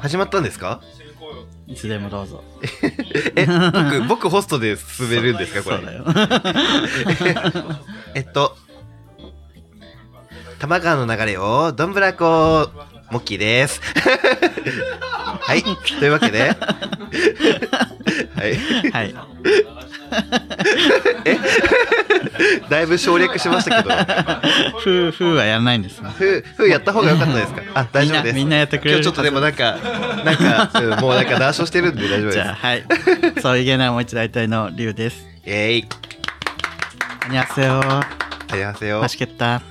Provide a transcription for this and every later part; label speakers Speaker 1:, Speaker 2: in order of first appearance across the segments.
Speaker 1: 始まったんですか
Speaker 2: いつでもどうぞ。
Speaker 1: え、僕、僕ホストで滑るんですかこ
Speaker 2: そうだ
Speaker 1: れ。
Speaker 2: よ。
Speaker 1: えっと、玉川の流れを、どんぶらこ、モッキーです。 はい、というわけで、 はい、
Speaker 2: はい。
Speaker 1: だいぶ省略しましたけど、
Speaker 2: ふうふうはやらないんですね。
Speaker 1: ふう、ふうやった方が良かったですかあ、大丈夫です。
Speaker 2: みんなみんなやってくれる
Speaker 1: 今日ちょっとでもなんか、なんか、うんもうなんか談笑してるんで大丈夫
Speaker 2: じ
Speaker 1: で
Speaker 2: ゃあ、
Speaker 1: す。
Speaker 2: はい。そういう芸能もう一度会いたいのりゅうです。
Speaker 1: えーい、
Speaker 2: こんにちは。
Speaker 1: ありがとうございま
Speaker 2: マ
Speaker 1: す
Speaker 2: シ
Speaker 1: よ。
Speaker 2: ケッタ。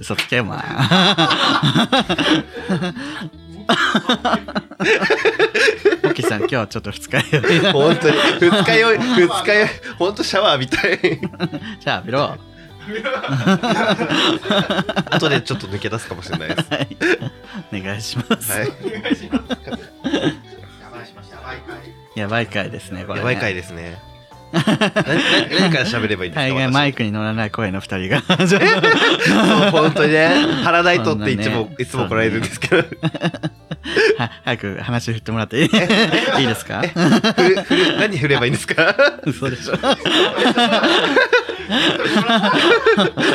Speaker 2: 嘘つけよ、お前。モッキーさん、今日ちょっと二日酔いだ。
Speaker 1: 本当に、二日酔い、二日酔い、本当シャワーみたい。
Speaker 2: じゃあ、見ろ。
Speaker 1: 後でちょっと抜け出すかもしれ ないです。
Speaker 2: はい。お願いします。
Speaker 1: はい。
Speaker 2: やばい回ですね、これ、
Speaker 1: や
Speaker 2: ね。
Speaker 1: ばい回ですね。何何何から喋ればいいんです
Speaker 2: 大
Speaker 1: か
Speaker 2: 概
Speaker 1: 私
Speaker 2: マイクに乗らない声の二人が。じゃ
Speaker 1: そう本当にね、パラダイトっていつ
Speaker 2: そ
Speaker 1: も
Speaker 2: んなね
Speaker 1: いつも来られるんですけど、
Speaker 2: あは 早く話振ってもらっていいいいですか
Speaker 1: 振る振る何振ればいいんですか
Speaker 2: 嘘でし ょ。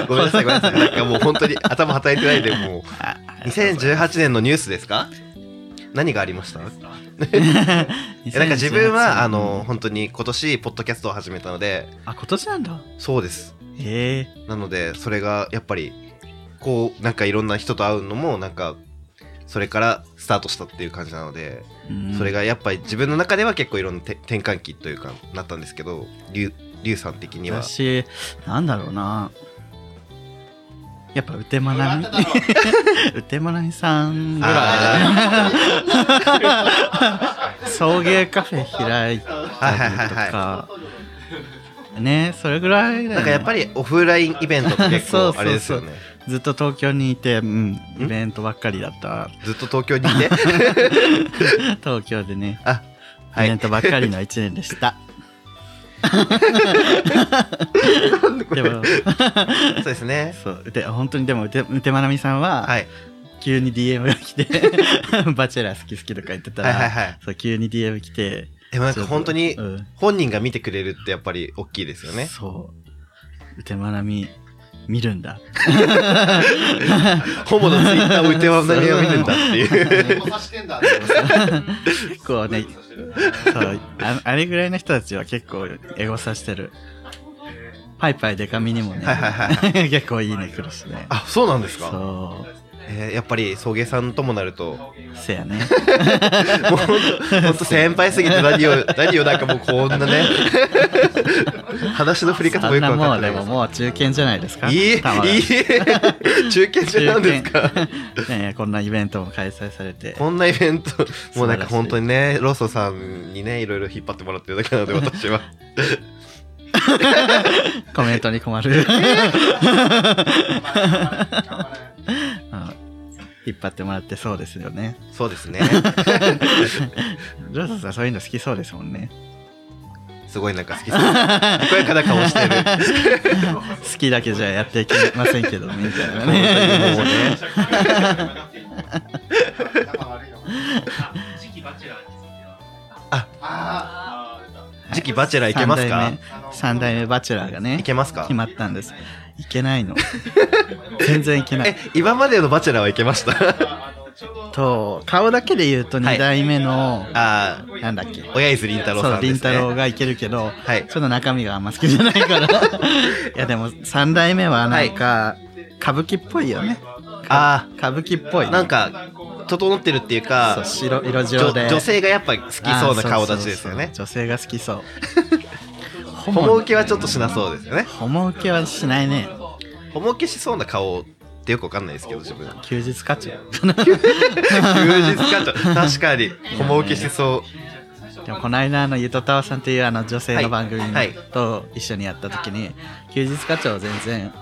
Speaker 1: ごめんなさい、ごめんなさい。なんかもう本当に頭働いてないで、もう。
Speaker 2: あ
Speaker 1: 2018年のニュースですか何がありましたえなんか自分は、あの、、本当に今年、ポッドキャストを始めたので、
Speaker 2: あ、今年なんだ。
Speaker 1: そうです。
Speaker 2: へえ。
Speaker 1: なのでそれがやっぱりこうなんかいろんな人と会うのもなんかそれからスタートしたっていう感じなので、
Speaker 2: うん
Speaker 1: それがやっぱり自分の中では結構いろんなて転換期というかなったんですけどりゅうりゅうさん的には
Speaker 2: 私、なんだろうな。やっぱ、うてまなみ。 うてまなみさんぐらい。送迎カフェ開いたりとか。
Speaker 1: はいはいはいは
Speaker 2: ね、それぐらいだよね
Speaker 1: なんかやっぱりオフラインイベントって 結
Speaker 2: そうそうそう
Speaker 1: 構あれですよね
Speaker 2: ずっと東京にいて、うん、イベントばっかりだ った。
Speaker 1: ずっと東京にいて
Speaker 2: 東京でね、
Speaker 1: あ
Speaker 2: イ
Speaker 1: は
Speaker 2: ベン
Speaker 1: い
Speaker 2: トばっかりの1年でした。 でも、
Speaker 1: そうですね
Speaker 2: そう、で、本当にでも、うて、うてまなみさんは、
Speaker 1: はい
Speaker 2: 急に DM が来て、 バチェラー好き好きとか言ってた
Speaker 1: は
Speaker 2: ら、
Speaker 1: いはいはい
Speaker 2: そう、急に DM 来て、
Speaker 1: でもなんか本当に
Speaker 2: うん
Speaker 1: 本人が見てくれるってやっぱり大きいですよね
Speaker 2: そう、うてまなみ、見るん だ。
Speaker 1: ホモのツイッターを置いては何を見てんだってい う
Speaker 2: 結構ね、そうあ、あれぐらいの人たちは結構エゴさしてる。パイパイデカミにもね
Speaker 1: はいはいはいは、
Speaker 2: 結構いいね来るしね。
Speaker 1: あそうなんですか
Speaker 2: そ
Speaker 1: えーやっぱり送迎さんともなると、も
Speaker 2: う、せやね。
Speaker 1: うほんとほんと先輩すぎて何 を、何をなんかもうこんなね、話の振り方
Speaker 2: そ
Speaker 1: も
Speaker 2: ん
Speaker 1: よく
Speaker 2: な
Speaker 1: 分
Speaker 2: も
Speaker 1: かっ
Speaker 2: う
Speaker 1: て
Speaker 2: で
Speaker 1: ないで
Speaker 2: も
Speaker 1: す。
Speaker 2: もう中堅じゃないですか。
Speaker 1: いい、いい
Speaker 2: たまら、
Speaker 1: 中堅中なんですか
Speaker 2: 中堅 ねえこんなイベントも開催されて。
Speaker 1: こんなイベント、もうなんか
Speaker 2: 素晴らしい
Speaker 1: 本当にね、ローソさんにね、いろいろ引っ張ってもらってるだけなので、 私は。
Speaker 2: コメントに困る。 うん引っ張ってもらってそうですよね。
Speaker 1: そうですね。
Speaker 2: ローソンさんそういうの好きそうですもんね。
Speaker 1: すごいなんか好きそう。にこやかな顔してる。
Speaker 2: 好きだけじゃやっていけませんけどね、みたいな
Speaker 1: 本当に
Speaker 2: ね。
Speaker 1: もうね。次期バチェラーいけますか
Speaker 2: 三代目三代目バチェラーがね
Speaker 1: いけますか
Speaker 2: 決まったんですいけないの全然いけない
Speaker 1: え、今までのバチェラーはいけました
Speaker 2: と顔だけで言うと
Speaker 1: はい
Speaker 2: 2代目の、
Speaker 1: あー
Speaker 2: なんだっけ
Speaker 1: 親泉凛太郎
Speaker 2: そ
Speaker 1: さ
Speaker 2: うん
Speaker 1: で
Speaker 2: 凛
Speaker 1: す
Speaker 2: 太郎
Speaker 1: ね。
Speaker 2: がいけるけど、
Speaker 1: はい
Speaker 2: ちょっと中身があんま好きじゃないから いやでも3代目はなんか歌舞伎っぽいよね
Speaker 1: あ
Speaker 2: 歌舞伎っぽい
Speaker 1: なんか整ってるっていうか
Speaker 2: そう白色
Speaker 1: じょ
Speaker 2: 白で
Speaker 1: 女性がやっぱ好きそうな顔立ちですよ
Speaker 2: あ
Speaker 1: ね
Speaker 2: ーそうそうそう女性が好きそう ホ
Speaker 1: ホモ受けはちょっとしなそうですよね
Speaker 2: ホモ受けはしないね
Speaker 1: ホモ受けしそうな顔ってよくわかんないですけど自分休
Speaker 2: 休日課長
Speaker 1: 日課 長確かにホモ受けしそう
Speaker 2: でもこの間あのゆとたわさんっていうあの女性の番組
Speaker 1: はい
Speaker 2: と一緒にやった時に休日課長全然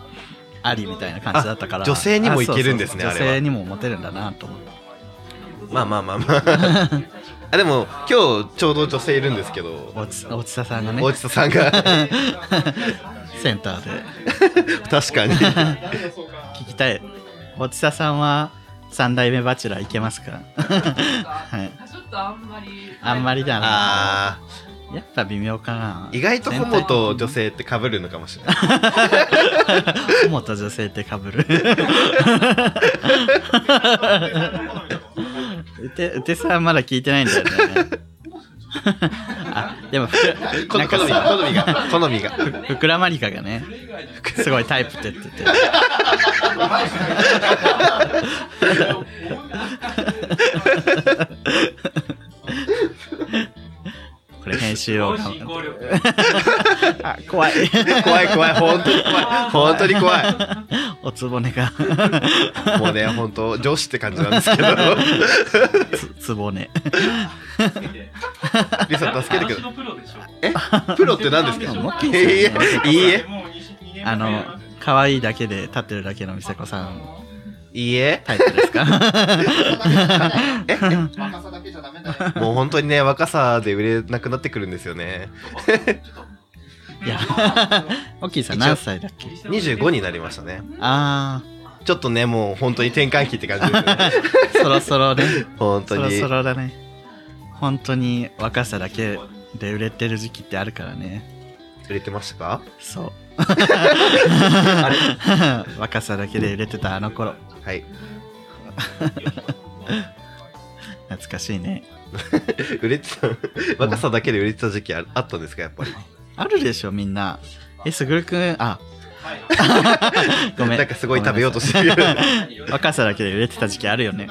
Speaker 2: ありみたいな感じだったから
Speaker 1: あ女性にもいけるんですね
Speaker 2: あそうそうそう
Speaker 1: あれは
Speaker 2: 女性にもモテるんだなと思って
Speaker 1: まあまあまあま ああでも今日ちょうど女性いるんですけど
Speaker 2: おちおちささんがね
Speaker 1: 大地さんが
Speaker 2: センターで
Speaker 1: 確かに
Speaker 2: 聞きたいおちささんは三代目バチェラーいけますか はい
Speaker 3: ちょっとあんまり
Speaker 2: あんまりだな
Speaker 1: あ
Speaker 2: やっぱ微妙かな
Speaker 1: ー意外とホモと女性って被るのかもしれない。
Speaker 2: ホモと女性ってかぶる うてうてさんまだ聞いてないんだよね あでもふく
Speaker 1: 好
Speaker 2: な
Speaker 1: み
Speaker 2: んかさ
Speaker 1: 好みが好みが。
Speaker 2: ふくらまりかがねすごいタイプって言ってて これ編集を
Speaker 3: 進行力
Speaker 2: あ怖い
Speaker 1: 怖い怖い本当に怖い本当に怖い。
Speaker 2: おつぼねが
Speaker 1: もうね本当上司って感じなんですけど。
Speaker 2: つつぼね
Speaker 1: リサ助けてく
Speaker 3: 私
Speaker 1: だ
Speaker 3: のプロでしょ
Speaker 1: さい。プロって何です
Speaker 3: い
Speaker 1: か。
Speaker 3: や
Speaker 2: もっ
Speaker 1: い
Speaker 2: き
Speaker 1: い
Speaker 2: り
Speaker 1: え
Speaker 2: さんね
Speaker 1: いいえ
Speaker 2: あの可愛いだけで立ってるだけのみせこさん
Speaker 1: いいえ。
Speaker 2: タイプです か
Speaker 4: 若さだけじゃダメだよ。
Speaker 1: もう本当にね若さで売れなくなってくるんですよね。
Speaker 2: いやオッキーさん何歳だっけ
Speaker 1: 25になりましたね。
Speaker 2: あ
Speaker 1: ちょっとねもう本当に転換期って感じですよね。
Speaker 2: ーそろそろね
Speaker 1: 本
Speaker 2: そ
Speaker 1: 当
Speaker 2: ろ
Speaker 1: に
Speaker 2: そろだね本当に若さだけで売れてる時期ってあるからね
Speaker 1: 売れてましたか。
Speaker 2: そう
Speaker 1: あれ
Speaker 2: 若さだけで売れてたあの頃
Speaker 1: はい。
Speaker 2: 懐かしいね
Speaker 1: 売れてた若さだけで売れてた時期ああったんですかやっぱり。
Speaker 2: あるでしょみんなえすぐるくんあごめん
Speaker 1: なんかすごい食べようとしてる。
Speaker 2: 若さだけで売れてた時期あるよね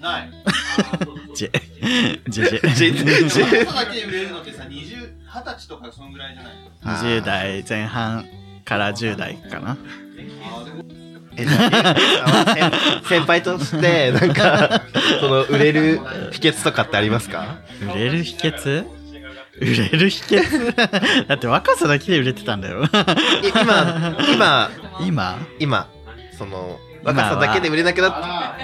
Speaker 4: ない。
Speaker 2: ジェジェジェ
Speaker 1: じじ
Speaker 4: 若さだけ売れるのってさ、二十、二十歳とかそのぐらいじゃないの。
Speaker 1: あー
Speaker 2: 20代前半から10代かな
Speaker 4: あーでも
Speaker 1: えじゃあ先先輩としてなんかその売れる秘訣とかってありますか
Speaker 2: 売れる秘訣売れる秘訣 だって若さだけで売れてたん だよ
Speaker 1: い今
Speaker 2: 今
Speaker 1: 今今その
Speaker 2: 今は
Speaker 1: 若さだけで売れなくなっ
Speaker 4: あ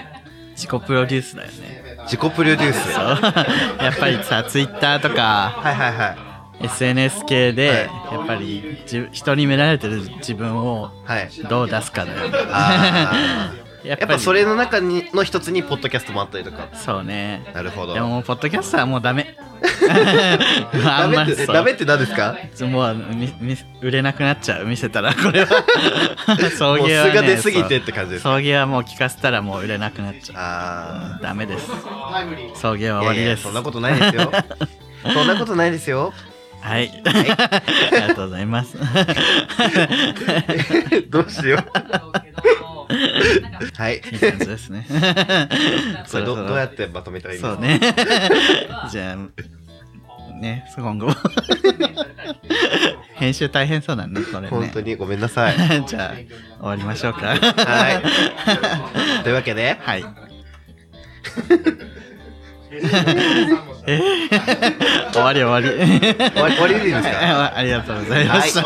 Speaker 2: 自己プロデュースだよね
Speaker 1: た自己プロデュー ス
Speaker 2: そう
Speaker 1: は
Speaker 2: やっぱりさ Twitter とか
Speaker 1: いはいは
Speaker 2: SNS 系でやっぱりじ人に見られてる自分を
Speaker 1: い はい
Speaker 2: どう出すかだよね
Speaker 1: あ
Speaker 2: やっ
Speaker 1: やっぱそれの中にの一つにポッドキャストもあったりとか
Speaker 2: そうね
Speaker 1: なるほど
Speaker 2: でももうポッドキャストはもうダ メあ
Speaker 1: ダ
Speaker 2: んま
Speaker 1: メって
Speaker 2: りそう
Speaker 1: ダメって何ですか
Speaker 2: もうみみ売れなくなっちゃう見せたらこれは送
Speaker 1: もう素
Speaker 2: 迎は、ね、
Speaker 1: が出すぎてって感じです
Speaker 2: 送迎はもう聞かせたらもう売れなくなっちゃ
Speaker 1: あ
Speaker 2: うダメです
Speaker 4: ータイムリー。
Speaker 2: 送迎
Speaker 1: あ
Speaker 2: は終わり
Speaker 1: いやい
Speaker 2: で
Speaker 1: や
Speaker 2: す
Speaker 1: そんなことないですよそんなことないですよ
Speaker 2: はいありがとうございます
Speaker 1: どうしようは
Speaker 2: い
Speaker 1: い
Speaker 2: い感じですね
Speaker 1: それどどうやってまとめたらいいんで
Speaker 2: そ
Speaker 1: す
Speaker 2: う
Speaker 1: か
Speaker 2: ねじゃあね今後編集大変そうだねこれね
Speaker 1: 本当にごめんなさい
Speaker 2: じゃあ終わりましょうか
Speaker 1: はい。というわけで、
Speaker 2: はい
Speaker 4: え
Speaker 2: 終わり終わり
Speaker 1: 終わり終わりで いいですか
Speaker 2: ありがとうございました、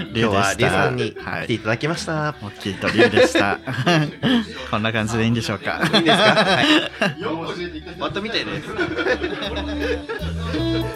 Speaker 1: 今日はリエさんに
Speaker 2: は
Speaker 1: 来て
Speaker 2: い
Speaker 1: いただきました。
Speaker 2: モッキーとリュウでした こんな感じでいいんでしょうか
Speaker 1: いいですかはい。
Speaker 4: よく教えていただい
Speaker 1: 終
Speaker 4: た
Speaker 1: わったみたいです。